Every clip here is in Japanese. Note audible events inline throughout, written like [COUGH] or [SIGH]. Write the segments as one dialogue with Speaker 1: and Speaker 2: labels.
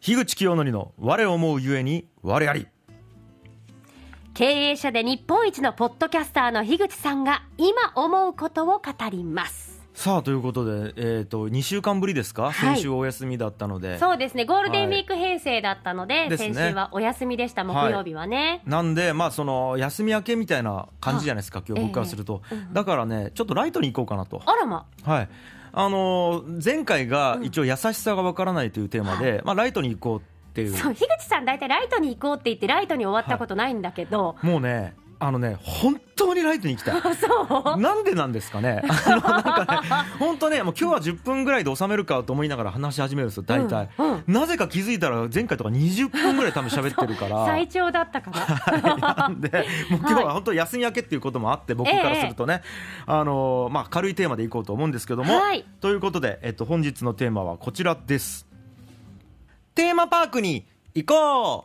Speaker 1: 樋口清則の我思うゆえに我あり。
Speaker 2: 経営者で日本一のポッドキャスターの樋口さんが今思うことを語ります
Speaker 1: さあということで、えー、と2週間ぶりですか、
Speaker 2: はい
Speaker 1: 先週お休みだったので
Speaker 2: そうですねゴールデンウィーク編成だったので、
Speaker 1: いですね
Speaker 2: 先週はお休みでした木曜日はね、
Speaker 1: なんで、まあ、その休み明けみたいな感じじゃないですか今日僕からすると、だからねちょっとライトに行こうかなと、
Speaker 2: あらま
Speaker 1: はいあのー前回が一応優しさがわからないというテーマで、まあ、ライトに行こうっていう
Speaker 2: そう樋口さん大体ライトに行こうって言ってライトに終わったことないんだけど、
Speaker 1: もうねあのね本当にライトに行きたい
Speaker 2: [LAUGHS]
Speaker 1: なんでなんですかねあのなんかね本当ねもう今日は10分ぐらいで収めるかと思いながら話し始めるんですよ大体、
Speaker 2: うんうん
Speaker 1: なぜか気づいたら前回とか20分ぐらい多分喋ってるか
Speaker 2: [LAUGHS]
Speaker 1: ら
Speaker 2: 最長だったから
Speaker 1: [LAUGHS] なんで、もう今日は本当に休み明けっていうこともあって、僕からするとね、あのーまあ、軽いテーマでいこうと思うんですけども、
Speaker 2: はい
Speaker 1: ということで、えっと、本日のテーマはこちらです。テーマパークに行こ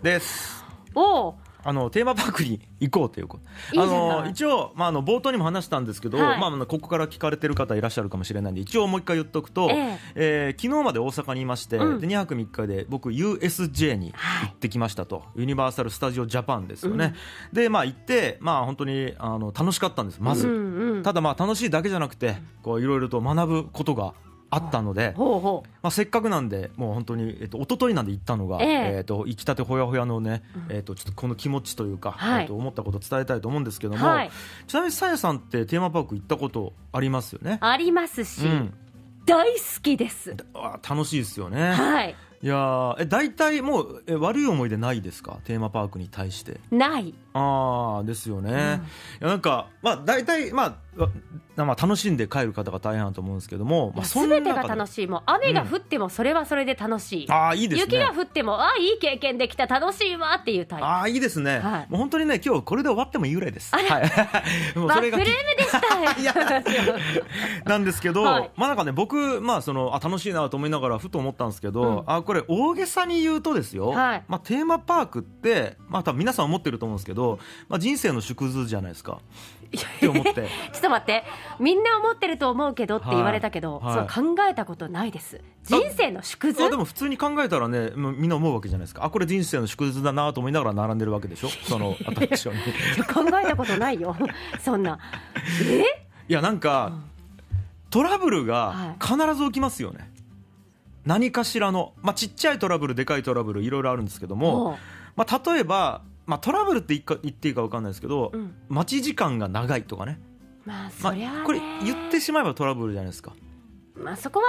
Speaker 1: う [LAUGHS] です。
Speaker 2: おう
Speaker 1: あのテーマパークに行こうということ
Speaker 2: いいじ
Speaker 1: あ
Speaker 2: ゃない
Speaker 1: のー一応、まあ、あの冒頭にも話したんですけど、
Speaker 2: はい
Speaker 1: まああの、ここから聞かれてる方いらっしゃるかもしれないんで一応もう一回言っとくと、
Speaker 2: え
Speaker 1: え
Speaker 2: え
Speaker 1: ー昨日まで大阪にいまして、
Speaker 2: うん
Speaker 1: で2泊3日で僕 USJ に行ってきましたと、ユニバーサル・スタジオ・ジャパンですよね、で、まあ、行って、まあ、本当にあの楽しかったんですまず、
Speaker 2: うんうん
Speaker 1: ただまあ楽しいだけじゃなくてこういろいろと学ぶことがあったので、
Speaker 2: ほうほう
Speaker 1: まあ、せっかくなんで、もう本当に、えっと一昨日なんで行ったのが、
Speaker 2: え
Speaker 1: え
Speaker 2: え
Speaker 1: っと行きたてほやほやのね、えっとちょっとこの気持ちというか、
Speaker 2: はい
Speaker 1: えっと思ったことを伝えたいと思うんですけども、
Speaker 2: はい
Speaker 1: ちなみにさやさんってテーマパーク行ったことありますよね。
Speaker 2: ありますし、
Speaker 1: うん、
Speaker 2: 大好きです
Speaker 1: あ楽しいですよね。
Speaker 2: はい
Speaker 1: いやーえ大体もうえ悪い思い出ないですかテーマパークに対して。
Speaker 2: ない
Speaker 1: ああですよね、いやなんかまあ大体まあわまあ楽しんで帰る方が大半だと思うんですけども、まあ、
Speaker 2: すべてが楽
Speaker 1: い
Speaker 2: しいもう雨が降ってもそれはそれで楽しい、
Speaker 1: ああいいですね
Speaker 2: 雪が降ってもああいい経験できた楽しいわっていうタイプ
Speaker 1: ああいいですね、
Speaker 2: はい
Speaker 1: もう本当にね今日これで終わってもいいぐらい [LAUGHS] ですはい、もう
Speaker 2: ワ
Speaker 1: そ
Speaker 2: ッフ
Speaker 1: れ
Speaker 2: ル
Speaker 1: が
Speaker 2: ームでし
Speaker 1: [LAUGHS]
Speaker 2: た
Speaker 1: いや
Speaker 2: [LAUGHS]
Speaker 1: なんですけど、
Speaker 2: はい
Speaker 1: まあなんかね僕まあそのあ楽しいなと思いながらふと思ったんですけ
Speaker 2: う
Speaker 1: ど、
Speaker 2: ん
Speaker 1: あこれ大げさに言うとですよ、
Speaker 2: はい
Speaker 1: まあテーマパークってまあ多分皆さん思ってると思うんですけど、まあ人生の縮図じゃないですかって思って。
Speaker 2: ちょっと待ってみんな思ってると思うけどって言われたけど、
Speaker 1: はいはい
Speaker 2: そう考えたことないです人生の縮図
Speaker 1: あでも普通に考えたらねもうみんな思うわけじゃないですかあこれ人生の縮図だなと思いながら並んでるわけでしょそのアトラクションに
Speaker 2: いや考えたことないよ [LAUGHS] そんなえ
Speaker 1: いやなんかトラブル
Speaker 2: は
Speaker 1: が
Speaker 2: い
Speaker 1: 必ず起きますよね、何かしらの、まあ、ちっちゃいトラブルでかいトラブルいろいろあるんですけども、
Speaker 2: も
Speaker 1: まあ、例えば、まあ、トラブルって言いか言っていいか分かんないですけど、
Speaker 2: うん
Speaker 1: 待ち時間が長いとかね、
Speaker 2: うまあ
Speaker 1: ま
Speaker 2: そ
Speaker 1: あ
Speaker 2: りゃあ、ね
Speaker 1: これ言ってしまえばトラブルじゃないですか
Speaker 2: まあそこは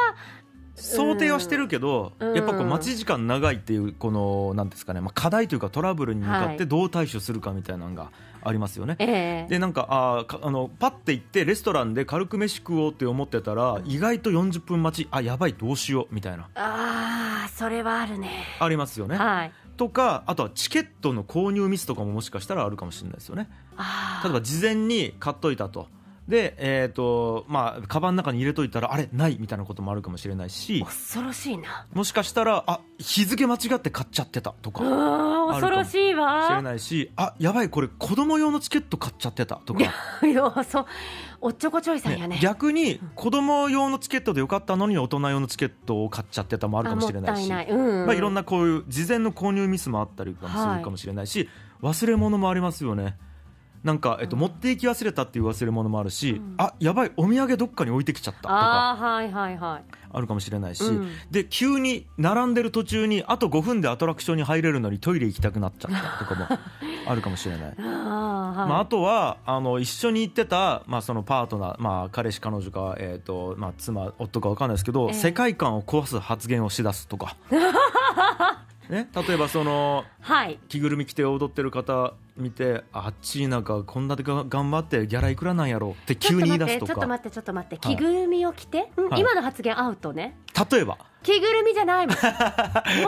Speaker 1: 想定はしてるけど、
Speaker 2: うん
Speaker 1: やっぱこう待ち時間長いっていうこのなんですかね、まあ、課題というかトラブルに向かってどう対処するかみたいなのがありますよね。
Speaker 2: ええ
Speaker 1: でなんかあーかあのパッて行ってレストランで軽く飯食おうって思ってたら意外と40分待ちあやばいどうしようみたいな
Speaker 2: ああそれはあるね
Speaker 1: ありますよね、
Speaker 2: はい
Speaker 1: とかあとはチケットの購入ミスとかももしかしたらあるかもしれないですよね
Speaker 2: あ
Speaker 1: 例えば事前に買っといたとでえっ、とまあカバンの中に入れといたらあれないみたいなこともあるかもしれないし
Speaker 2: あ恐ろしいな
Speaker 1: もしかしたらあ日付間違って買っちゃってたと
Speaker 2: う
Speaker 1: かも
Speaker 2: ん
Speaker 1: あるか
Speaker 2: 恐
Speaker 1: も
Speaker 2: ろしい
Speaker 1: しれ
Speaker 2: わ
Speaker 1: ないしあやばいこれ子供用のチケット買っちゃってたとか、
Speaker 2: [LAUGHS] いやそうおっちょこちょいさんやね
Speaker 1: ね逆に子供用のチケットでよかったのに大人用のチケットを買っちゃってたもあるかもしれないし
Speaker 2: あもったいない、うん
Speaker 1: まあ、いろん
Speaker 2: な
Speaker 1: なこういう事前の購入ミスもあったりとかもするかもしれないし、忘れ物もありますよねなんか、えっと、持って行き忘れたっていう忘れ物もあるし、
Speaker 2: うん
Speaker 1: あやばいお土産どっかに置いてきちゃったとか
Speaker 2: あーはいはいはい
Speaker 1: あるかもしれないし、
Speaker 2: うん
Speaker 1: で急に並んでる途中にあと5分でアトラクションに入れるのにトイレ行きたくなっちゃったとかもあるかもしれない。
Speaker 2: あーはい
Speaker 1: まあ、あとはあの一緒に行ってた、まあ、そのパートナー、まあ、彼氏彼女か、えーとまあ、妻夫か分かんないですけど、
Speaker 2: ええ
Speaker 1: 世界観を壊す発言をしだすと
Speaker 2: [LAUGHS]
Speaker 1: か、ね、例えばその
Speaker 2: はい
Speaker 1: 着ぐるみ着て踊ってる方見てあっちなんかこんだけが頑張ってギャラいくらなんやろって急に言い出すと
Speaker 2: ちょっと
Speaker 1: か
Speaker 2: 待ってちょっと待ってちょ
Speaker 1: は
Speaker 2: っと待って
Speaker 1: い
Speaker 2: 着ぐるみを着て、うん
Speaker 1: はい
Speaker 2: 今の発言アウトね
Speaker 1: 例えば
Speaker 2: 着ぐるみじゃな
Speaker 1: [LAUGHS]
Speaker 2: いもんもう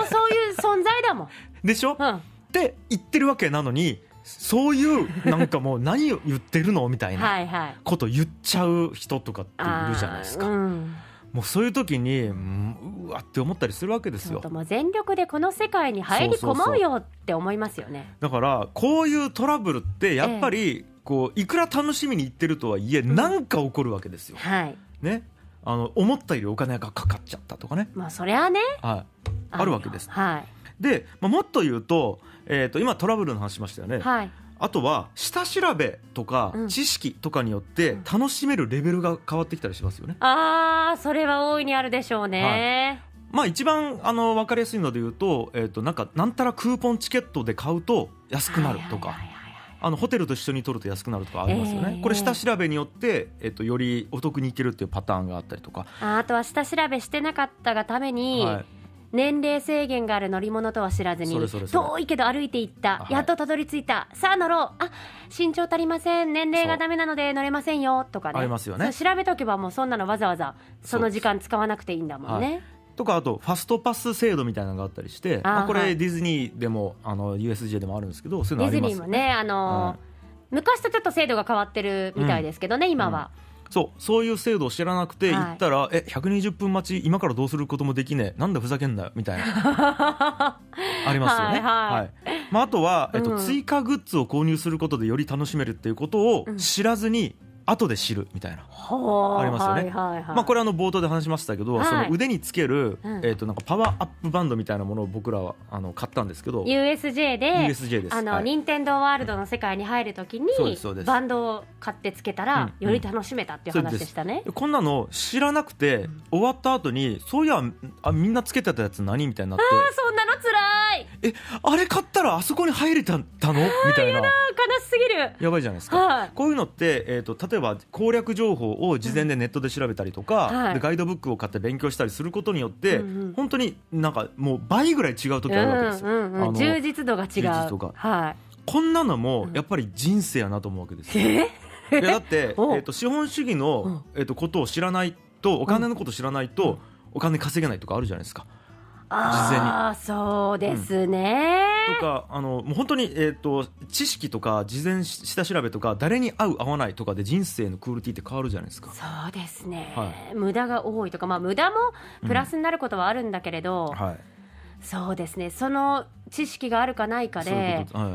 Speaker 2: そういう存在だもん、
Speaker 1: でしょ、
Speaker 2: う
Speaker 1: っ
Speaker 2: ん、
Speaker 1: て言ってるわけなのにそういうなんかもう何を言ってるのみたいな
Speaker 2: はいはい
Speaker 1: こと言っちゃう人とかっているじゃないですか
Speaker 2: あー。うん、
Speaker 1: もうそういう時にうんうわって思ったりするわけです
Speaker 2: ちょ
Speaker 1: よ
Speaker 2: っともう全力でこの世界に入り込もうよって思いますよね
Speaker 1: だからこういうトラブルってやっぱりこういくら楽しみに行ってるとはいえなんか起こるわけですよ、
Speaker 2: はい
Speaker 1: ね、あの思ったよりお金がかかっちゃったとかね、
Speaker 2: まあそりゃあね
Speaker 1: はい、あるわけです
Speaker 2: よは
Speaker 1: で、まあ、もっと言うと,、えー、と今トラブルの話しましたよね、
Speaker 2: いはい
Speaker 1: あとは下調べとか
Speaker 2: うん
Speaker 1: 知識とかによって楽しめるレベルが変わってきたりしますよね、
Speaker 2: あーそれは大いにあるでしょうね、
Speaker 1: まあ、一番あの分かりやすいので言うと,、えー、となんかなんたらクーポンチケットで買うと安くなるとか、
Speaker 2: はいはいはいはい
Speaker 1: あのホテルと一緒に取ると安くなるとかありますよね、
Speaker 2: ええ
Speaker 1: これ下調べによって、えっと、よりお得にいけるっていうパターンがあったりとか、
Speaker 2: ああとは下調べしてなかったがために、
Speaker 1: はい
Speaker 2: 年齢制限がある乗り物とは知らずに
Speaker 1: それそれそれ
Speaker 2: 遠いけど歩いていった、
Speaker 1: はい
Speaker 2: やっとたどり着いたさあ乗ろうあ身長足りません年齢
Speaker 1: そ
Speaker 2: が
Speaker 1: う
Speaker 2: ダメなので乗れませんよとかね
Speaker 1: ありますよね
Speaker 2: そう調べとけばもうそんなのわざわざその時間使わなくていいんだもんね、
Speaker 1: とかあとファストパス制度みたいなのがあったりして
Speaker 2: あー
Speaker 1: まあ、こ
Speaker 2: は
Speaker 1: れ
Speaker 2: い
Speaker 1: ディズニーでもあの USJ でもあるんですけどそういうのあ
Speaker 2: ディ
Speaker 1: り
Speaker 2: ズ
Speaker 1: ま
Speaker 2: ニ
Speaker 1: す
Speaker 2: ーも
Speaker 1: よ
Speaker 2: ねあのー
Speaker 1: はい
Speaker 2: 昔とちょっと制度が変わってるみたいですけどね、今は、
Speaker 1: そうそういう制度を知らなくて
Speaker 2: はい
Speaker 1: 行ったら、え120分待ち今からどうすることもできねえなんだふざけんなよみ
Speaker 2: [LAUGHS]
Speaker 1: たいなありますよね
Speaker 2: はいはい
Speaker 1: まあ、あとは、えっと
Speaker 2: うん
Speaker 1: 追加グッズを購入することでより楽しめるっていうことを
Speaker 2: うん
Speaker 1: 知らずに後で知るみたいな、
Speaker 2: ほー
Speaker 1: ありますよね
Speaker 2: はいはいはい
Speaker 1: まあ、これあの冒頭で話しましたけど、
Speaker 2: はい
Speaker 1: その腕につける、
Speaker 2: うん
Speaker 1: えっとなんかパワーアップバンドみたいなものを僕らはあの買ったんですけど
Speaker 2: USJ で
Speaker 1: USJ です
Speaker 2: あの、
Speaker 1: はい
Speaker 2: 任天堂ワールドの世界に入るときに
Speaker 1: そうですそうです
Speaker 2: バンドを買ってつけたら、
Speaker 1: うん
Speaker 2: より楽しめたっていう話でしたね。
Speaker 1: こんなの知らなくて、終わった後にそういやあみんなつけてたやつ何みたいになっ
Speaker 2: ああ [LAUGHS] そんなのつらい
Speaker 1: てえあれ買ったらあそこに入れたたのみたいな
Speaker 2: あー悲しすぎる
Speaker 1: やばいじゃないですか、
Speaker 2: はい
Speaker 1: こういうのって、えー、と例えば攻略情報を事前でネットで調べたりとか、
Speaker 2: うんはい
Speaker 1: でガイドブックを買って勉強したりすることによって、
Speaker 2: うんうん
Speaker 1: 本当になんかもう倍ぐらい違う時あるわけですよ、
Speaker 2: うんうんう
Speaker 1: あ
Speaker 2: ん、
Speaker 1: の
Speaker 2: 充実度が違う
Speaker 1: 充実度が
Speaker 2: はい
Speaker 1: こんなのもやっぱり人生やなと思うわけですよ、いやだ [LAUGHS] って、え
Speaker 2: お
Speaker 1: ー、と資本主義の、えー、とことを知らないとお金のことを知らないと、お金稼げないとかあるじゃないですか。
Speaker 2: ああそうですね、
Speaker 1: とかあのもう本当に、えー、と知識とか事前し下調べとか誰に合う合わないとかで人生のクオリティって変わるじゃないですか。
Speaker 2: そうですね、
Speaker 1: は
Speaker 2: 無駄が多いとかまあ無駄もプラスになることはあるんだけれど、
Speaker 1: はい、
Speaker 2: そうですねその知識があるかないか
Speaker 1: そういう
Speaker 2: で
Speaker 1: こと、はい、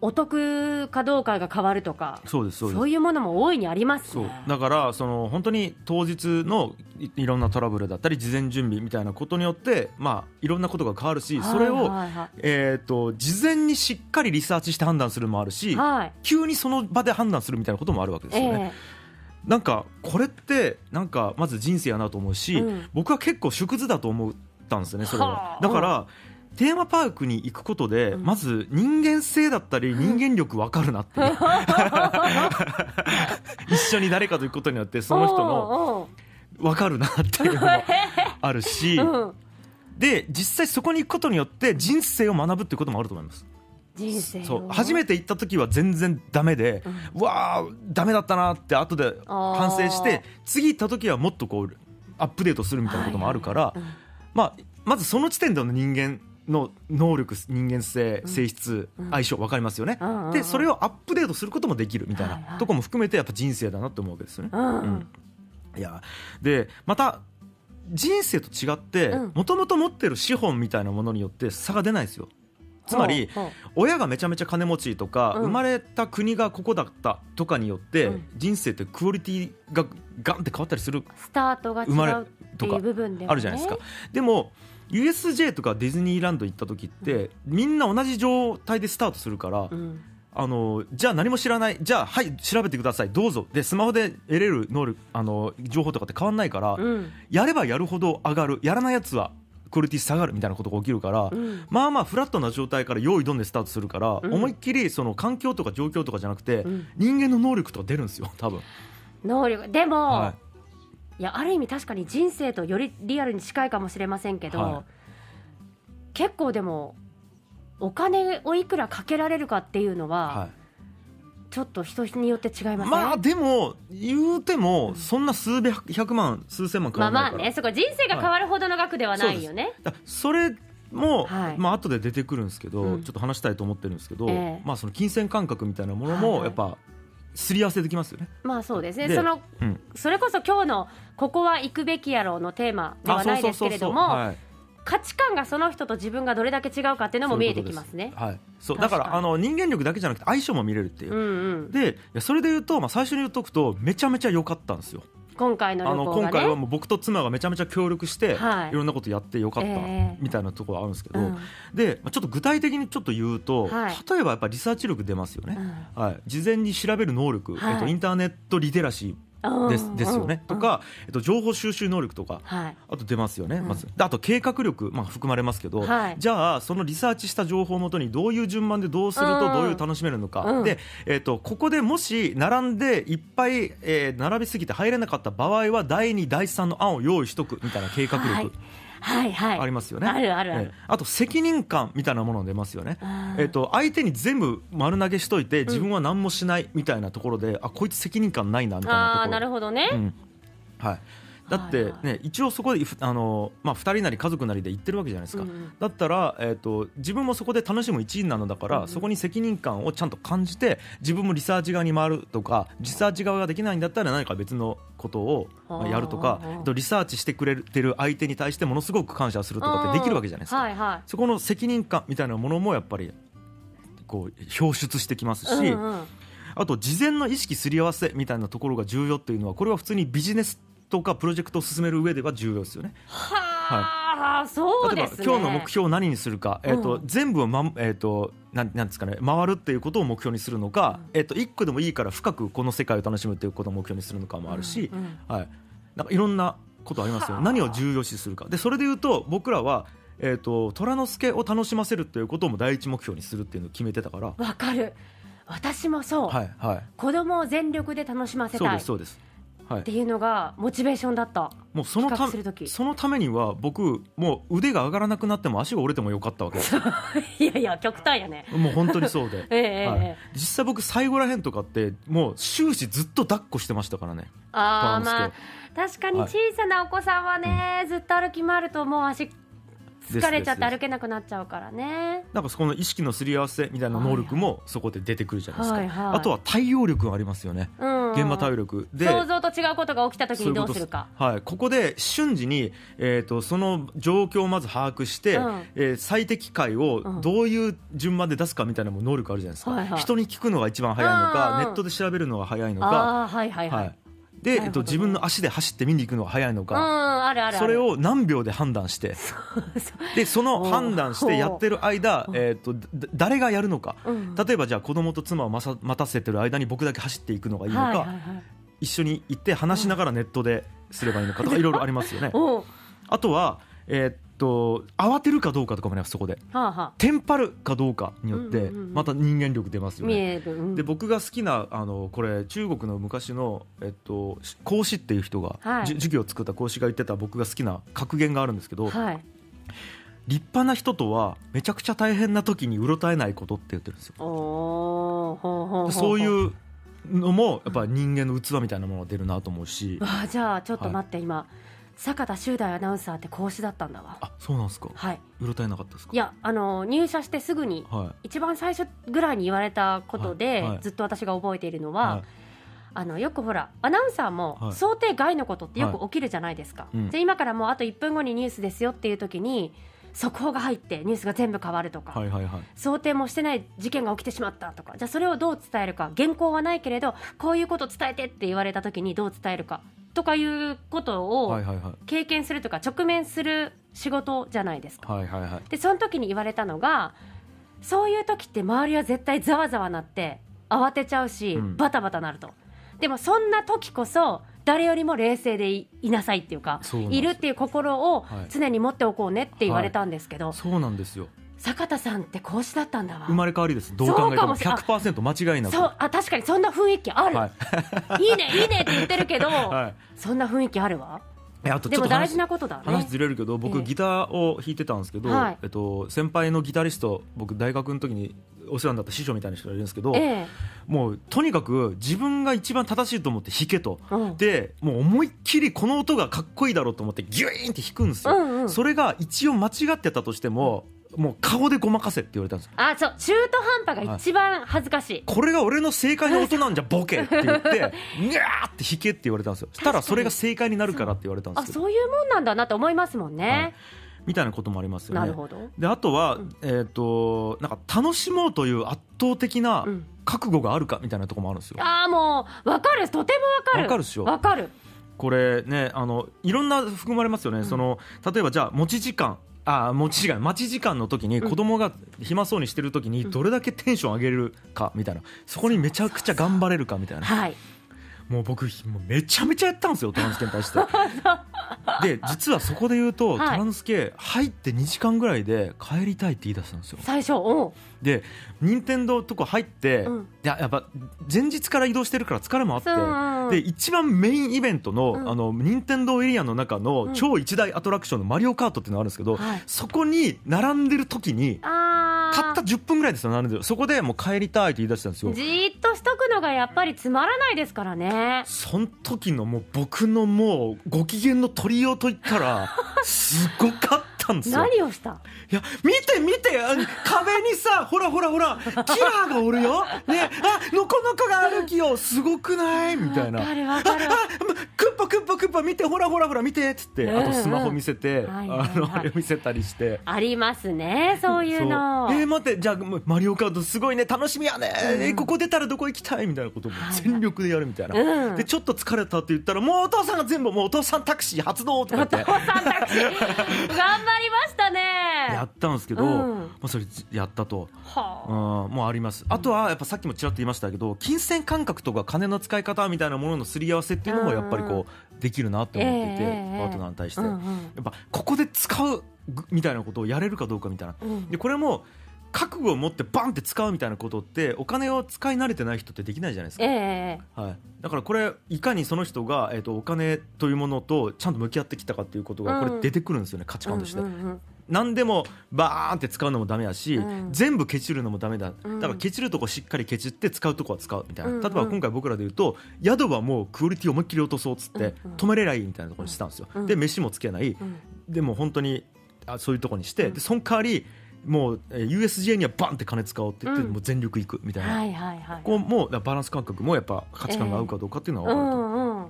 Speaker 2: お得かどうかが変わるとか
Speaker 1: そうですそうです
Speaker 2: そういうものも大いにあります
Speaker 1: そう
Speaker 2: ね。
Speaker 1: だからその本当に当日のいいろんなトラブルだったり事前準備みたいなことによって、まあ、いろんなことが変わるしそれを、
Speaker 2: はいは
Speaker 1: えー、と事前にしっかりリサーチして判断するのもある
Speaker 2: い
Speaker 1: し
Speaker 2: はい
Speaker 1: 急にその場で判断するみたいなこともあるわけですよね。
Speaker 2: え
Speaker 1: なんかこれってなんかまず人生やなと思うし、
Speaker 2: うん
Speaker 1: 僕は結構縮図だと思ったんですよねそれ
Speaker 2: は
Speaker 1: は
Speaker 2: あ
Speaker 1: だからテーマパークに行くことで、まず人間性だったり人間力分かるなっていう
Speaker 2: [LAUGHS]
Speaker 1: 一緒に誰かと行くことによって
Speaker 2: え
Speaker 1: その人の
Speaker 2: おう
Speaker 1: 分かるなっていうのもあるし、
Speaker 2: [LAUGHS] おううん
Speaker 1: で実際そこに行くことによって人生を学ぶっていうこともあると思います
Speaker 2: 人生
Speaker 1: そう初め
Speaker 2: て
Speaker 1: て行った時は全然ダメで、うわあダメだったなって後で反省し
Speaker 2: あー
Speaker 1: て次行った時はもっとこうアップデートするみたいなこともあるから、まあ、まずその時点での人間の能力人間性性質、相性分かりますよね、
Speaker 2: うんうんうん
Speaker 1: でそれをアップデートすることもできるみたいな、
Speaker 2: はいはい
Speaker 1: とこも含めてやっぱ人生だなって思うわけですよね。
Speaker 2: うん、
Speaker 1: うんいやでまた人生と違って
Speaker 2: うん
Speaker 1: もともと持ってる資本みたいなものによって差が出ないんですよ。つまり
Speaker 2: ほうほ
Speaker 1: 親がめちゃめちゃ金持ちとか、
Speaker 2: うん
Speaker 1: 生まれた国がここだったとかによって、
Speaker 2: うん
Speaker 1: 人生ってクオリティがガンって変わったりする
Speaker 2: うスタートが違
Speaker 1: 生ま
Speaker 2: う
Speaker 1: れ
Speaker 2: って
Speaker 1: と
Speaker 2: い
Speaker 1: か
Speaker 2: う部分で、ね、
Speaker 1: あるじゃないですか、でも USJ とかディズニーランド行った時って、みんな同じ状態でスタートするから、
Speaker 2: うん、
Speaker 1: あのじゃあ何も知らないじゃあはい調べてくださいどうぞでスマホで得れる能力あの情報とかって変わんないから、
Speaker 2: うん
Speaker 1: やればやるほど上がるやらないやつはクオリティ下がるみたいなことが起きるから、
Speaker 2: うん
Speaker 1: まあまあフラットな状態から用意どんでスタートするから、
Speaker 2: うん
Speaker 1: 思いっきりその環境とか状況とかじゃなくて、
Speaker 2: うん
Speaker 1: 人間の能力とか出るんですよ多分、
Speaker 2: 能力でも、、
Speaker 1: はい
Speaker 2: やある意味確かに人生とよりリアルに近いかもしれませんけど、
Speaker 1: は
Speaker 2: 結構でもお金をいくらかけられるかっていうの
Speaker 1: い
Speaker 2: は、
Speaker 1: はい、
Speaker 2: ちょっと人によって違いますね、
Speaker 1: まあでも言うてもそんな数百万数千万変
Speaker 2: まあ
Speaker 1: わら
Speaker 2: ま
Speaker 1: ないから、
Speaker 2: あね、そこ人生が変わるほどの額ではないよね。
Speaker 1: だからそれも、
Speaker 2: はい
Speaker 1: まあ後で出てくるんですけど、
Speaker 2: うん
Speaker 1: ちょっと話したいと思ってるんですけど、
Speaker 2: ええ
Speaker 1: まあその金銭感覚みたいなもの
Speaker 2: はいは
Speaker 1: も
Speaker 2: い
Speaker 1: やっぱすり合わせできますよね。
Speaker 2: まあそうですね。
Speaker 1: で
Speaker 2: その
Speaker 1: うん
Speaker 2: それこそ今日のここは行くべきやろうのテーマでは
Speaker 1: あそう
Speaker 2: ない
Speaker 1: そ
Speaker 2: で
Speaker 1: う
Speaker 2: す
Speaker 1: そ
Speaker 2: け
Speaker 1: う
Speaker 2: れ
Speaker 1: そ
Speaker 2: ど
Speaker 1: う
Speaker 2: も、
Speaker 1: はい
Speaker 2: 価値観がその人と自分がどれだけ違うかっていうのも見えてきますね。
Speaker 1: はい、そうだ
Speaker 2: 確か
Speaker 1: か
Speaker 2: に
Speaker 1: らあの人間力だけじゃなくて相性も見れるっていう
Speaker 2: う。んうん。
Speaker 1: でいやそれで言うと、まあ、最初に言っとくとめちゃめちゃ良かったんですよ
Speaker 2: 今回の
Speaker 1: あ
Speaker 2: 旅
Speaker 1: の
Speaker 2: 行
Speaker 1: 今
Speaker 2: が
Speaker 1: 回は
Speaker 2: ね。
Speaker 1: もう僕と妻がめちゃめちゃ協力して、
Speaker 2: はい
Speaker 1: い、ろんなことやってよかった
Speaker 2: ええ
Speaker 1: みたいなところはあるんですけど、
Speaker 2: うん
Speaker 1: でまあちょっと具体的にちょっと言うと、
Speaker 2: はい
Speaker 1: 例えばやっぱリサーチ力出ますよね、
Speaker 2: う
Speaker 1: はい、事前に調べる能力、
Speaker 2: はい
Speaker 1: えっと、インターネットリテラシ
Speaker 2: ん
Speaker 1: ーです,、
Speaker 2: うん
Speaker 1: ですよね、
Speaker 2: うん
Speaker 1: とか、えっと、情報収集能力とか。
Speaker 2: はい。
Speaker 1: あと出ますよね、
Speaker 2: ん
Speaker 1: まずであと計画力、まあ、含まれますけど、
Speaker 2: はい
Speaker 1: じゃあそのリサーチした情報をもとにどういう順番でどうする
Speaker 2: う
Speaker 1: と
Speaker 2: ん
Speaker 1: どういう楽しめるのか、
Speaker 2: うん
Speaker 1: で、えっとここでもし並んでいっぱい、えー並びすぎて入れなかった場合は第2第3の案を用意しとくみたいな計画力、
Speaker 2: はい。はいはい。
Speaker 1: ありますよね。
Speaker 2: あるあるあ
Speaker 1: え
Speaker 2: る
Speaker 1: え。あと責任感みたいなものが出ますよね
Speaker 2: あ。ー
Speaker 1: えっと相手に全部丸投げしといて自分は何もしないみたいなところで、あこいつ責任感ないなみたいなとこ
Speaker 2: ああ
Speaker 1: ろ。
Speaker 2: ーなるほどね。
Speaker 1: うんはい。だって
Speaker 2: はい
Speaker 1: ね、
Speaker 2: は
Speaker 1: 一応そこでふあのまあ二人なり家族なりで言ってるわけじゃないですか。
Speaker 2: うんうん
Speaker 1: だったらえっ、と自分もそこで楽しむ一員なのだから、
Speaker 2: うんうん
Speaker 1: そこに責任感をちゃんと感じて自分もリサーチ側に回るとかリサーチ側ができないんだったら何か別のことをまあやるとか
Speaker 2: あ、ー
Speaker 1: えっとリサーチしてくれてる相手に対してものすごく感謝するとかってできるわけじゃないですか。
Speaker 2: はいは
Speaker 1: そこの責任感みたいなものもやっぱりこう表出してきますし。
Speaker 2: い。うんうん
Speaker 1: あと事前の意識すり合わせみたいなところが重要っていうのはこれは普通にビジネスとかプロジェクトを進める上では重要ですよね。
Speaker 2: はあ、そ
Speaker 1: 例
Speaker 2: う
Speaker 1: え
Speaker 2: で
Speaker 1: ば
Speaker 2: すね。
Speaker 1: 今日の目標を何にするか、えっ、と、
Speaker 2: うん
Speaker 1: 全部をまんえっ、となんなんですかね回るっていうことを目標にするのか、えっ、と一個でもいいから深くこの世界を楽しむっていうことを目標にするのかもあるし、
Speaker 2: うんうん
Speaker 1: はい。なんかいろんなことありますよ
Speaker 2: は
Speaker 1: ね。
Speaker 2: あ
Speaker 1: 何を重要視するか。でそれで言うと僕らはえっ、と虎之助を楽しませるっていうことも第一目標にするっていうのを決めてたから、
Speaker 2: わかる。私もそう。
Speaker 1: はいはい。
Speaker 2: 子供を全力で楽しませ
Speaker 1: そう
Speaker 2: たい
Speaker 1: で
Speaker 2: っ
Speaker 1: すそうです。はい。
Speaker 2: ていうのがモチベーションだ
Speaker 1: [LAUGHS]
Speaker 2: った。
Speaker 1: もうそのた
Speaker 2: 比較する時
Speaker 1: そのためには僕もう腕が上がらなくなっても足が折れてもよかった
Speaker 2: [LAUGHS]
Speaker 1: わけです
Speaker 2: いやいや極端やね。
Speaker 1: もう本当にそうで、
Speaker 2: ええええ
Speaker 1: は
Speaker 2: え
Speaker 1: い、実際僕最後らへんとかってもう終始ずっと抱っこしてましたからね
Speaker 2: えああ
Speaker 1: バ
Speaker 2: ま
Speaker 1: ラ
Speaker 2: あ
Speaker 1: ンス
Speaker 2: 確かに小さなお子さんはね、ずっと歩き回るともう足疲れちゃって歩けなくなっちゃうからね。
Speaker 1: なんかそこの意識のすり合わせみたいな能力もそこで出てくるじゃないですか、
Speaker 2: はいはい
Speaker 1: あとは対応力がありますよね、
Speaker 2: うん、
Speaker 1: 現場対応力で
Speaker 2: 想像と違うことが起きた時
Speaker 1: そうい
Speaker 2: に
Speaker 1: う
Speaker 2: ど
Speaker 1: こ
Speaker 2: う
Speaker 1: と
Speaker 2: するか。
Speaker 1: ですはい、ここで瞬時に、えー、とその状況をまず把握して、
Speaker 2: うん
Speaker 1: えー最適解
Speaker 2: う
Speaker 1: を
Speaker 2: ん
Speaker 1: どういう順番で出すかみたいなのも能力あるじゃないですか、
Speaker 2: はいはい
Speaker 1: 人に聞くのが一番早いのか、
Speaker 2: うんうん
Speaker 1: ネットで調べるのが早いのか、
Speaker 2: ああはいはいはい。
Speaker 1: はいで
Speaker 2: な
Speaker 1: え
Speaker 2: る
Speaker 1: っと、
Speaker 2: ほどね
Speaker 1: 自分の足で走って見に行くのが早いの
Speaker 2: うん
Speaker 1: か、
Speaker 2: あるあるある。
Speaker 1: それを何秒で判断して
Speaker 2: そう
Speaker 1: でその判断してやってる間
Speaker 2: お、ー
Speaker 1: えー、とだ誰がやるのか。
Speaker 2: [LAUGHS] うん
Speaker 1: 例えばじゃあ子供と妻をまさ待たせてる間に僕だけ走っていくのがいいのか、
Speaker 2: はいはいはい。
Speaker 1: 一緒に行って話しながらネットですればいいのかとかいろいろありますよね。
Speaker 2: [LAUGHS] おうは
Speaker 1: あとは、えーっと慌てるかどうかとかもねそこで
Speaker 2: あ、は
Speaker 1: テンパるかどうかによって
Speaker 2: うんうんうん
Speaker 1: また人間力出ます
Speaker 2: あ、
Speaker 1: よ
Speaker 2: 見
Speaker 1: ね。
Speaker 2: える。うん
Speaker 1: で僕が好きなあのこれ中国の昔の、えっと、し孔子っていう人が、
Speaker 2: はい
Speaker 1: じゅ授業を作った孔子が言ってた僕が好きな格言があるんですけど、
Speaker 2: はい。
Speaker 1: 立派な人とはめちゃくちゃ大変な時にうろたえないことって言ってるんですよ。
Speaker 2: おお、ほうほうほうほう。
Speaker 1: そういうのもやっぱり人間の器みたいなものが出るなと思うし、
Speaker 2: あじゃあちょっと待って、今坂田修大アナウンサーって講師だったんだわ
Speaker 1: あそうなんですか
Speaker 2: はいう
Speaker 1: ろたえなかったですか
Speaker 2: いやあの入社してすぐに
Speaker 1: は
Speaker 2: 一番最初ぐらいに言われたことで、
Speaker 1: はいはい
Speaker 2: ずっと私が覚えているの
Speaker 1: い、
Speaker 2: は、
Speaker 1: は
Speaker 2: あのよくほらアナウンサー
Speaker 1: は
Speaker 2: も
Speaker 1: い
Speaker 2: 想定外のことってよく起きるじゃないですか、
Speaker 1: いうん
Speaker 2: じゃあ今からもうあと1分後にニュースですよっていう時に速報が入ってニュースが全部変わるとか、
Speaker 1: い、はいはいはい
Speaker 2: 想定もしてない事件が起きてしまったとかじゃあそれをどう伝えるか原稿はないけれどこういうこと伝えてって言われた時にどう伝えるかとかいうことを、
Speaker 1: はいはいはい
Speaker 2: 経験するとか直面する仕事じゃないですか。
Speaker 1: はいはいはい
Speaker 2: でその時に言われたのがそういう時って周りは絶対ざわざわなって慌てちゃうし、
Speaker 1: うん
Speaker 2: バタバタなるとでもそんな時こそ誰よりも冷静でいいなさいっていうか
Speaker 1: そうなんです
Speaker 2: いるっていう心を
Speaker 1: はい
Speaker 2: 常に持っておこうねって言われたんですけど、
Speaker 1: そうなんですよ
Speaker 2: 坂田さんって講師だったんだわ
Speaker 1: 生まれ変わりですどう考えても
Speaker 2: そうか
Speaker 1: 100%間違いなく
Speaker 2: そうあ確かにそんな雰囲気ある、、
Speaker 1: はい
Speaker 2: いねいいねって言ってるけど、
Speaker 1: は
Speaker 2: そんな雰囲気あるわ
Speaker 1: いえあとち
Speaker 2: で
Speaker 1: ょっ
Speaker 2: も
Speaker 1: と
Speaker 2: 大事
Speaker 1: 話
Speaker 2: なことだね
Speaker 1: 話ずれるけど
Speaker 2: え
Speaker 1: 僕
Speaker 2: え
Speaker 1: ギターを弾いてたんですけど、
Speaker 2: はい
Speaker 1: えっと、先輩のギタリスト僕大学の時にお世話になった師匠みたいな人がいるんですけど、
Speaker 2: え
Speaker 1: もうとにかく自分が一番正しいと思って弾けと、
Speaker 2: うん
Speaker 1: でもう思いっきりこの音がかっこいいだろうと思ってギュイーンって弾くんですよ、
Speaker 2: うんうん
Speaker 1: それが一応間違ってたとしてももう顔でごまかせって言われたんですよ
Speaker 2: あそう中途半端が一番恥ずかしい、
Speaker 1: これが俺の正解の音なんじゃボケって
Speaker 2: [LAUGHS]
Speaker 1: 言ってにゃーって弾けって言われたんですよしたらそれが正解になるからって言われたんで
Speaker 2: あ
Speaker 1: すけど
Speaker 2: そういうもんなんだなと思いますもんね、
Speaker 1: みたいなこともありますよね
Speaker 2: なるほど
Speaker 1: であとは、えっ、となんか楽しもうという圧倒的な
Speaker 2: うん
Speaker 1: 覚悟があるかみたいなところもあるんですよ、
Speaker 2: ああもうわかるとてもわかる
Speaker 1: わかるっしょ
Speaker 2: わかる
Speaker 1: これねあのいろんな含まれますよね、その例えばじゃあ持ち時間あ持ち時間待ち時間の時に子供が暇そうにしてる時にどれだけテンション上げるかみたいなそこにめちゃくちゃ頑張れるかみたいな
Speaker 2: はい
Speaker 1: もう僕もうめちゃめちゃやったんですよトランス系に [LAUGHS] 対してで実はそこで言うと、
Speaker 2: はい
Speaker 1: トランス系入って2時間ぐらいで帰りたいって言い出したんですよ
Speaker 2: 最初お
Speaker 1: で任天堂とこ入って、
Speaker 2: うん
Speaker 1: いややっぱ前日から移動してるから疲れもあって、
Speaker 2: そううんうん
Speaker 1: で一番メインイベントの、
Speaker 2: うん
Speaker 1: あの任天堂エリアの中
Speaker 2: う
Speaker 1: の
Speaker 2: ん
Speaker 1: 超一大アトラクションのマリオカートっていうのがあるんですけど、
Speaker 2: はい
Speaker 1: そこに並んでる時に
Speaker 2: あー
Speaker 1: たった10分ぐらいですよ並んでるそこでもう帰りたいって言い出したんですよ
Speaker 2: じーっとしとくのがやっぱりつまらないですからね
Speaker 1: その時のもう僕のもうご機嫌の取りようといった
Speaker 2: [LAUGHS]
Speaker 1: らすごかったんですよ。
Speaker 2: 何をした
Speaker 1: いや見て見てあの壁にさほらほらほらキラーがおるよ、ね、あのこのこが歩きよすごくないみたいな。あ
Speaker 2: わか
Speaker 1: あ
Speaker 2: るわかる [LAUGHS]
Speaker 1: クッパクッパクッパ見てほらほらほら見てっつって
Speaker 2: うんうん
Speaker 1: あとスマホ見せて
Speaker 2: はいはいはい
Speaker 1: あのあれ見せたりして。
Speaker 2: ありますねそういうの
Speaker 1: そうえー待ってじゃあもうマリオカートすごいね楽しみやね、えーここ出たらどこ行きたいみたいなことも
Speaker 2: はい
Speaker 1: 全力でやるみたいな、
Speaker 2: うん
Speaker 1: でちょっと疲れたって言ったらもうお父さんが全部もうお父さんタクシー発動とか
Speaker 2: [LAUGHS]
Speaker 1: 言って
Speaker 2: 頑張りましたね
Speaker 1: やったんですけど、
Speaker 2: うん
Speaker 1: もうそれやったと、
Speaker 2: は
Speaker 1: うん、もうありますあとはやっぱさっきもちらっと言いましたけど金銭感覚とか金の使い方みたいなもののすり合わせっていうのもやっぱりこうできるなって思っていて、
Speaker 2: ええええ
Speaker 1: パートナーに対して、
Speaker 2: うんう
Speaker 1: や
Speaker 2: ん
Speaker 1: っぱここで使うぐみたいなことをやれるかどうかみたいな
Speaker 2: うん
Speaker 1: でこれも覚悟を持ってバンって使うみたいなことってお金を使い慣れてない人ってできないじゃないです
Speaker 2: え
Speaker 1: か、
Speaker 2: え
Speaker 1: はい、だからこれいかにその人が、えー、とお金というものとちゃんと向き合ってきたかっていうことが
Speaker 2: うん
Speaker 1: これ出てくるんですよね、価値観として、
Speaker 2: うんうんうん
Speaker 1: 何でもバーンって使うのもダメだし、
Speaker 2: うん
Speaker 1: 全部ケチるのもダメだ
Speaker 2: う
Speaker 1: だ
Speaker 2: ん
Speaker 1: からケチるとこしっかりケチって使うとこは使うみたいな、
Speaker 2: うんうん
Speaker 1: 例えば今回僕らで言うと宿はもうクオリティ思いっきり落とそうっつって
Speaker 2: うんうん
Speaker 1: 泊まれりゃいいみたいなところにしたんですよ、
Speaker 2: うん
Speaker 1: で飯もつけない、
Speaker 2: うん
Speaker 1: でも本当にあそういうとこにして、
Speaker 2: うん
Speaker 1: でその代わりもうえー USJ にはバンって金使おうって言って、
Speaker 2: うん
Speaker 1: もう全力いくみたいな、
Speaker 2: はいはいはい
Speaker 1: ここもだからバランス感覚もやっぱ価値観が合うかどうかっていうのは
Speaker 2: う
Speaker 1: 分かると、
Speaker 2: んうん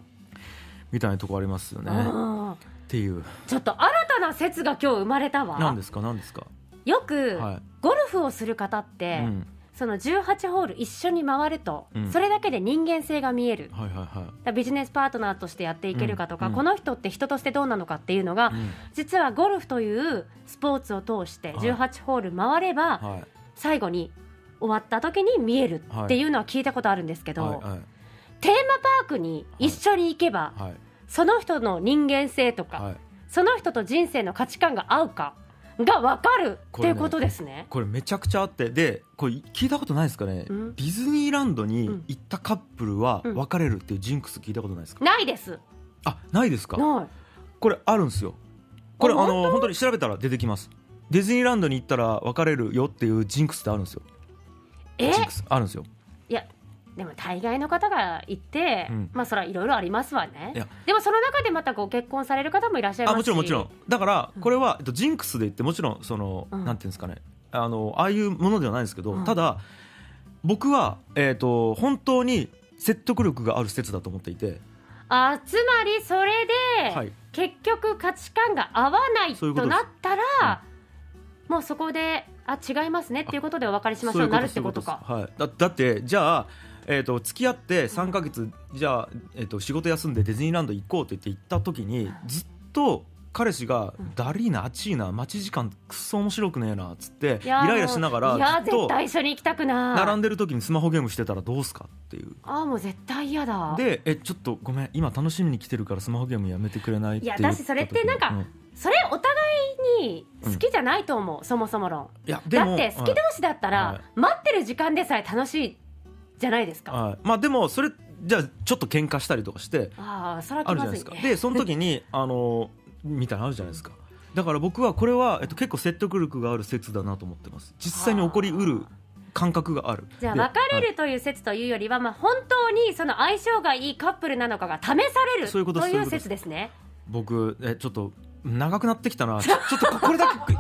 Speaker 1: みたいなとこありますよね、っ
Speaker 2: うん
Speaker 1: ていう
Speaker 2: ちょっと新たな説が今日生まれたわ
Speaker 1: 何ですか何ですか
Speaker 2: よく
Speaker 1: は
Speaker 2: ゴルフをする方っ
Speaker 1: い、
Speaker 2: て、
Speaker 1: うん、
Speaker 2: その18ホール一緒に回ると、
Speaker 1: うん
Speaker 2: それだけで人間性が見えるだか
Speaker 1: はいはいは
Speaker 2: らビジネスパートナーとしてやっていけるかとか、
Speaker 1: うんうん
Speaker 2: この人って人としてどうなのかっていうのが、
Speaker 1: い、うん
Speaker 2: 実はゴルフというスポーツを通して
Speaker 1: はい
Speaker 2: 18ホール回れば、
Speaker 1: はい
Speaker 2: 最後に終わった時に見えるっていうのは聞いたことあるんですけど、
Speaker 1: はいはい
Speaker 2: テーマパークに一緒に行けば、
Speaker 1: はい
Speaker 2: その人の人間性とか、
Speaker 1: はい
Speaker 2: その人と人生の価値観が合うかが分かるっていうことですね。
Speaker 1: これめちゃくちゃあってでこれ聞いたことないですかね、
Speaker 2: うん
Speaker 1: ディズニーランドに行ったカップルは
Speaker 2: うん
Speaker 1: 別れるっていうジンクス聞いたことないですか、
Speaker 2: ないです。
Speaker 1: あないですか
Speaker 2: ない。
Speaker 1: これあるんですよこれあ
Speaker 2: あ
Speaker 1: の本当に調べたら出てきますディズニーランドに行ったら別れるよっていうジンクスってあるんですよ
Speaker 2: え
Speaker 1: ジンクスあるんですよ
Speaker 2: いやでも大概の方がいて、
Speaker 1: うん
Speaker 2: まあそれはいろいろありますわね
Speaker 1: いや
Speaker 2: でもその中でまたご結婚される方もいらっしゃいま
Speaker 1: あ
Speaker 2: すし
Speaker 1: もちろんもちろんだから
Speaker 2: うん
Speaker 1: これは、えっと、ジンクスで言ってもちろんその、
Speaker 2: うん
Speaker 1: なんていうんですかねあのああいうものではないんですけど、
Speaker 2: うん
Speaker 1: ただ僕は、えっと本当に説得力がある説だと思っていて、
Speaker 2: あつまりそれで、
Speaker 1: はい、
Speaker 2: 結局価値観が合わない
Speaker 1: そうい
Speaker 2: と
Speaker 1: うことです
Speaker 2: なったらもうそこであ違いますねっていうことでお別れしましょうになるってことか
Speaker 1: そういうことですはい、だだってじゃあ、えー、と付き合って3か月、じゃあ、えー、と仕事休んでディズニーランド行こうって言って行った時にずっと彼氏が
Speaker 2: うん
Speaker 1: 「だりーなあっちいな待ち時間くっそ面白くねえな」っつってイ
Speaker 2: いやー
Speaker 1: ライラしなが
Speaker 2: いや
Speaker 1: ら
Speaker 2: ー
Speaker 1: ずっと
Speaker 2: 絶対一緒に行きたくない
Speaker 1: 並んでる時にスマホゲームしてたらどうすかっていう。
Speaker 2: ああもう絶対嫌だ
Speaker 1: でえちょっとごめん今楽しみに来てるからスマホゲームやめてくれないって
Speaker 2: いや
Speaker 1: 言った
Speaker 2: 私それってなんか
Speaker 1: 時にう
Speaker 2: それお互いに好きじゃないと思う、そもそも論
Speaker 1: いやで
Speaker 2: だ
Speaker 1: も
Speaker 2: って好き同士だったら、
Speaker 1: はい
Speaker 2: 待ってる時間でさえ楽しいじゃないですか、
Speaker 1: はいはいまあでもそれじゃあちょっと喧嘩したりとかして
Speaker 2: ああそれは
Speaker 1: あ
Speaker 2: 気
Speaker 1: るじゃ
Speaker 2: ま
Speaker 1: ないで
Speaker 2: ずい
Speaker 1: すか。
Speaker 2: ね
Speaker 1: で、その時に、あの、みたいなのあるじゃないですか。だから僕はこれは、えっと、結構説得力がある説だなと思ってます。実際に起こりうる感覚がある。
Speaker 2: じゃあ
Speaker 1: で
Speaker 2: 別れ
Speaker 1: はい
Speaker 2: るという説というよりは、まあ、本当にその相性がいいカップルなのかが試される
Speaker 1: そういうこと
Speaker 2: と
Speaker 1: です
Speaker 2: い
Speaker 1: そういうことで
Speaker 2: う
Speaker 1: す
Speaker 2: 説ですね
Speaker 1: 僕、え、ちょっと、長くなってきたな。ちょちょっとここれだけ、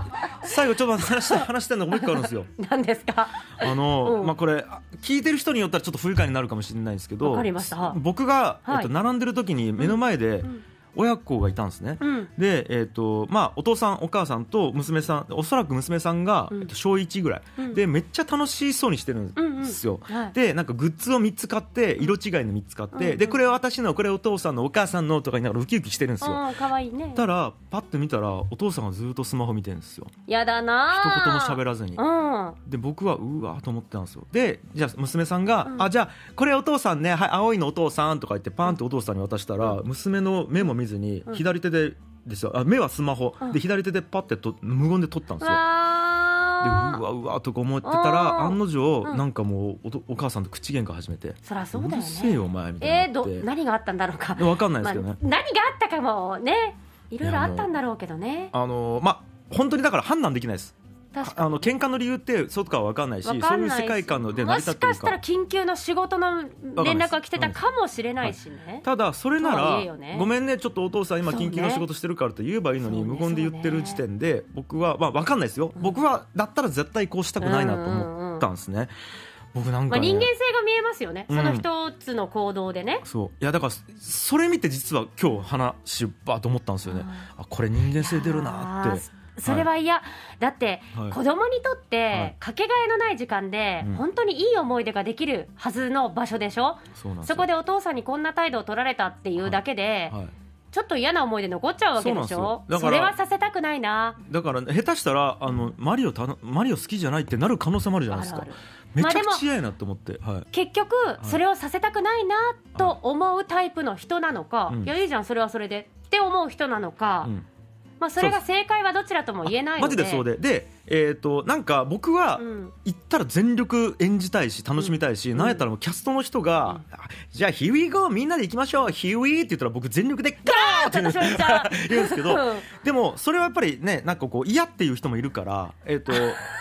Speaker 1: 最後ちょっと話したい、話したいのがもう一個あるんですよ。
Speaker 2: 何ですか
Speaker 1: あの、
Speaker 2: うん
Speaker 1: まあ、これ、あ聞いてる人によったらちょっと不愉快になるかもしれないんですけど、
Speaker 2: わかりました
Speaker 1: 僕が、
Speaker 2: はい
Speaker 1: えっと、並んでる時に目の前で、
Speaker 2: ん
Speaker 1: 親子がいたんですね、
Speaker 2: うん
Speaker 1: で、えーとまあ、お父さん、お母さんと娘さんおそらく娘さんが、
Speaker 2: うん
Speaker 1: えっと小1ぐらい、
Speaker 2: うん
Speaker 1: でめっちゃ楽しそうにしてるんですよ、
Speaker 2: うんうんはい
Speaker 1: でなんかグッズを3つ買って色違いの3つ買って、
Speaker 2: うんうん
Speaker 1: でこれは私のこれお父さんのお母さんのとか言いながらウキウキしてるんですよ。
Speaker 2: あー可愛いね
Speaker 1: たらパッと見たらお父さんがずっとスマホ見てるんですよ
Speaker 2: やだな
Speaker 1: 一
Speaker 2: ー
Speaker 1: 言も喋らずに
Speaker 2: うん
Speaker 1: で僕はうわーと思ってたんですよでじゃあ娘さんが「
Speaker 2: うん
Speaker 1: あじゃあこれお父さんね、はい、青いのお父さん」とか言ってパンってお父さんに渡したら、娘の目も見ずに
Speaker 2: うん
Speaker 1: 左手でですよあ目はスマホ、
Speaker 2: うん
Speaker 1: で左手でパッてと無言で取ったんですよでう
Speaker 2: わー
Speaker 1: わうわとか思ってたら
Speaker 2: あー
Speaker 1: 案の定、
Speaker 2: うん
Speaker 1: なんかもうおとお母さんと口喧嘩始めて
Speaker 2: そり
Speaker 1: 「
Speaker 2: ゃそうだ
Speaker 1: る
Speaker 2: よ
Speaker 1: せえ
Speaker 2: ね
Speaker 1: よお前」みたい
Speaker 2: えー、
Speaker 1: になっ
Speaker 2: ど
Speaker 1: て、
Speaker 2: 何があったんだろうか
Speaker 1: でわかんないですけどね、
Speaker 2: まあ何があったかもねいろいろあったんだろうけどね
Speaker 1: あのーまあ本当にだから判断できないです
Speaker 2: 確か
Speaker 1: あの喧嘩の理由ってそうとかは分かんないし
Speaker 2: わかんないし
Speaker 1: そういう世界観ので成
Speaker 2: も
Speaker 1: り立っ
Speaker 2: し
Speaker 1: て
Speaker 2: か
Speaker 1: る
Speaker 2: したら
Speaker 1: か
Speaker 2: 緊急の仕事の連絡が来てたかもしれないしね
Speaker 1: ただそれな
Speaker 2: とはい
Speaker 1: ら、
Speaker 2: えよね
Speaker 1: ごめんねちょっとお父さん今
Speaker 2: そうね
Speaker 1: 緊急の仕事してるからって言えばいいのに、
Speaker 2: そうね
Speaker 1: 無言で言ってる時点で僕は、まあ、分かんないですよ、
Speaker 2: うん
Speaker 1: 僕はだったら絶対こうしたくないなと思ったんですね、僕なん
Speaker 2: ま
Speaker 1: か、
Speaker 2: あ、
Speaker 1: ね
Speaker 2: 人間性が見えますよね、
Speaker 1: うん
Speaker 2: その一つの行動でね
Speaker 1: そういやだからそそれ見て実は今日話ばーと思ったんですよね
Speaker 2: あ
Speaker 1: あこれ人間性出るなー
Speaker 2: あ
Speaker 1: っ
Speaker 2: ー
Speaker 1: て
Speaker 2: そそれは嫌、だって
Speaker 1: はい
Speaker 2: 子供にとっ
Speaker 1: はい
Speaker 2: てかけがえのない時間で
Speaker 1: うん
Speaker 2: 本当にいい思い出ができるはずの場所でしょ、
Speaker 1: そうなんです
Speaker 2: そ
Speaker 1: よ
Speaker 2: こでお父さんにこんな態度を取られたっていうだけで、
Speaker 1: はい
Speaker 2: ちょっと嫌な思い出残っちゃうわけでし
Speaker 1: そうなんですよだ
Speaker 2: ょそ
Speaker 1: から
Speaker 2: れはさせたくないな
Speaker 1: だから下手したらあのマリオたのマリオ好きじゃないってなる可能性もあるじゃないですか
Speaker 2: あるあ
Speaker 1: め
Speaker 2: る
Speaker 1: ちゃくちゃ嫌やなと思って、はい、
Speaker 2: 結局
Speaker 1: い
Speaker 2: それをさせたくないなと思うタイプの人なのか、
Speaker 1: う
Speaker 2: い
Speaker 1: ん
Speaker 2: やいいじゃんそれはそれでって思う人なのか、
Speaker 1: うん
Speaker 2: まあ、それが正解はどちらとも言えないの
Speaker 1: マジ
Speaker 2: で
Speaker 1: でそうでで、えー、となんか僕は
Speaker 2: うん
Speaker 1: 行ったら全力演じたいし楽しみたいし、
Speaker 2: うん
Speaker 1: なんやったらもうキャストの人が、あじゃあ「ヒウィーゴーみんなで行きましょうヒウィー」って言ったら僕全力で「ガー!」って
Speaker 2: [LAUGHS] 私は言っちゃう
Speaker 1: [LAUGHS] 言うんですけど
Speaker 2: うん
Speaker 1: でもそれはやっぱりねなんかこう嫌っていう人もいるから、えー、と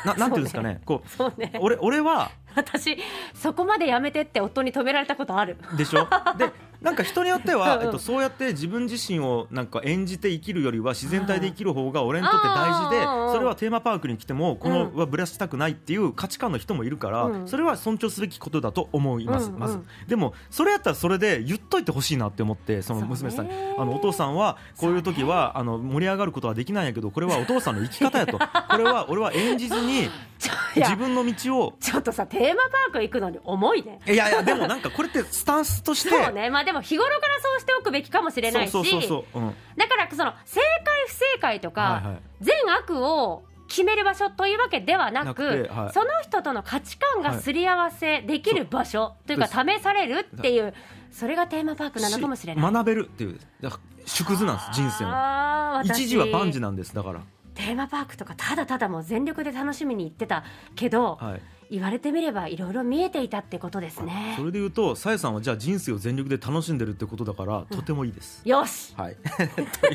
Speaker 1: ななんていうんですかねこう
Speaker 2: [LAUGHS] そうね
Speaker 1: 俺俺は
Speaker 2: 私そこまでやめてって夫に止められたことある [LAUGHS]
Speaker 1: でしょでなんか人によって
Speaker 2: うん
Speaker 1: は、
Speaker 2: う
Speaker 1: え
Speaker 2: ん
Speaker 1: っと、そうやって自分自身をなんか演じて生きるよりは自然体で生きる方が俺にとって大事で
Speaker 2: あー
Speaker 1: それはテーマパークに来てもこ
Speaker 2: う
Speaker 1: の
Speaker 2: ん
Speaker 1: はブラしたくないっていう価値観の人もいるから、
Speaker 2: うん
Speaker 1: それは尊重すべきことだと思います、
Speaker 2: うんうん
Speaker 1: まずでもそれやったらそれで言っといてほしいなって思ってその娘さんに
Speaker 2: そうね
Speaker 1: あのお父さんはこういう時はあの盛り上がることはできないんやけどこれはお父さんの生き方や
Speaker 2: [LAUGHS]
Speaker 1: とこれは俺は演じずに
Speaker 2: ちょい
Speaker 1: 自
Speaker 2: や
Speaker 1: 分の道を
Speaker 2: ちょっとさテーマパーク行くのに重いね
Speaker 1: いやいやでもなんかこれってスタンスとして
Speaker 2: そうねまあでも日頃からそうしておくべきかもしれないし
Speaker 1: そうそうそうそう、うん
Speaker 2: だからその正解不正解とか、
Speaker 1: はいはい
Speaker 2: 善悪を決める場所というわけではなく
Speaker 1: なくてはい
Speaker 2: その人との価値観がすり合わせできる場所、というか
Speaker 1: そう
Speaker 2: 試されるっていうそれがテーマパークなのかもしれない。
Speaker 1: 学べるっていうだから縮図なんです人生の
Speaker 2: あー私
Speaker 1: 一時は万事なんですだから、
Speaker 2: テーマパークとかただただもう全力で楽しみに行ってたけど、
Speaker 1: はい、
Speaker 2: 言われてみればいろいろ見えていたってことですね
Speaker 1: それで言うとさえさんはじゃあ人生を全力で楽しんでるってことだからとてもいいです、
Speaker 2: よし
Speaker 1: [LAUGHS] はい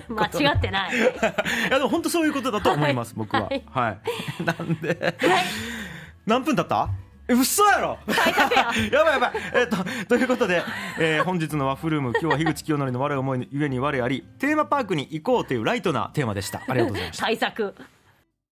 Speaker 2: 間違ってない
Speaker 1: いやでも本当そういうことだと思います、
Speaker 2: はい
Speaker 1: 僕はは
Speaker 2: はい
Speaker 1: [LAUGHS]
Speaker 2: い、
Speaker 1: なんで何分だったえ嘘やろ
Speaker 2: 大丈夫よ
Speaker 1: [LAUGHS] やばいやばい、えっと、ということで、えー本日のワッフルーム今日は樋口清則の我思いゆえに我ありテーマパークに行こうというライトなテーマでしたありがとうございました
Speaker 2: 対策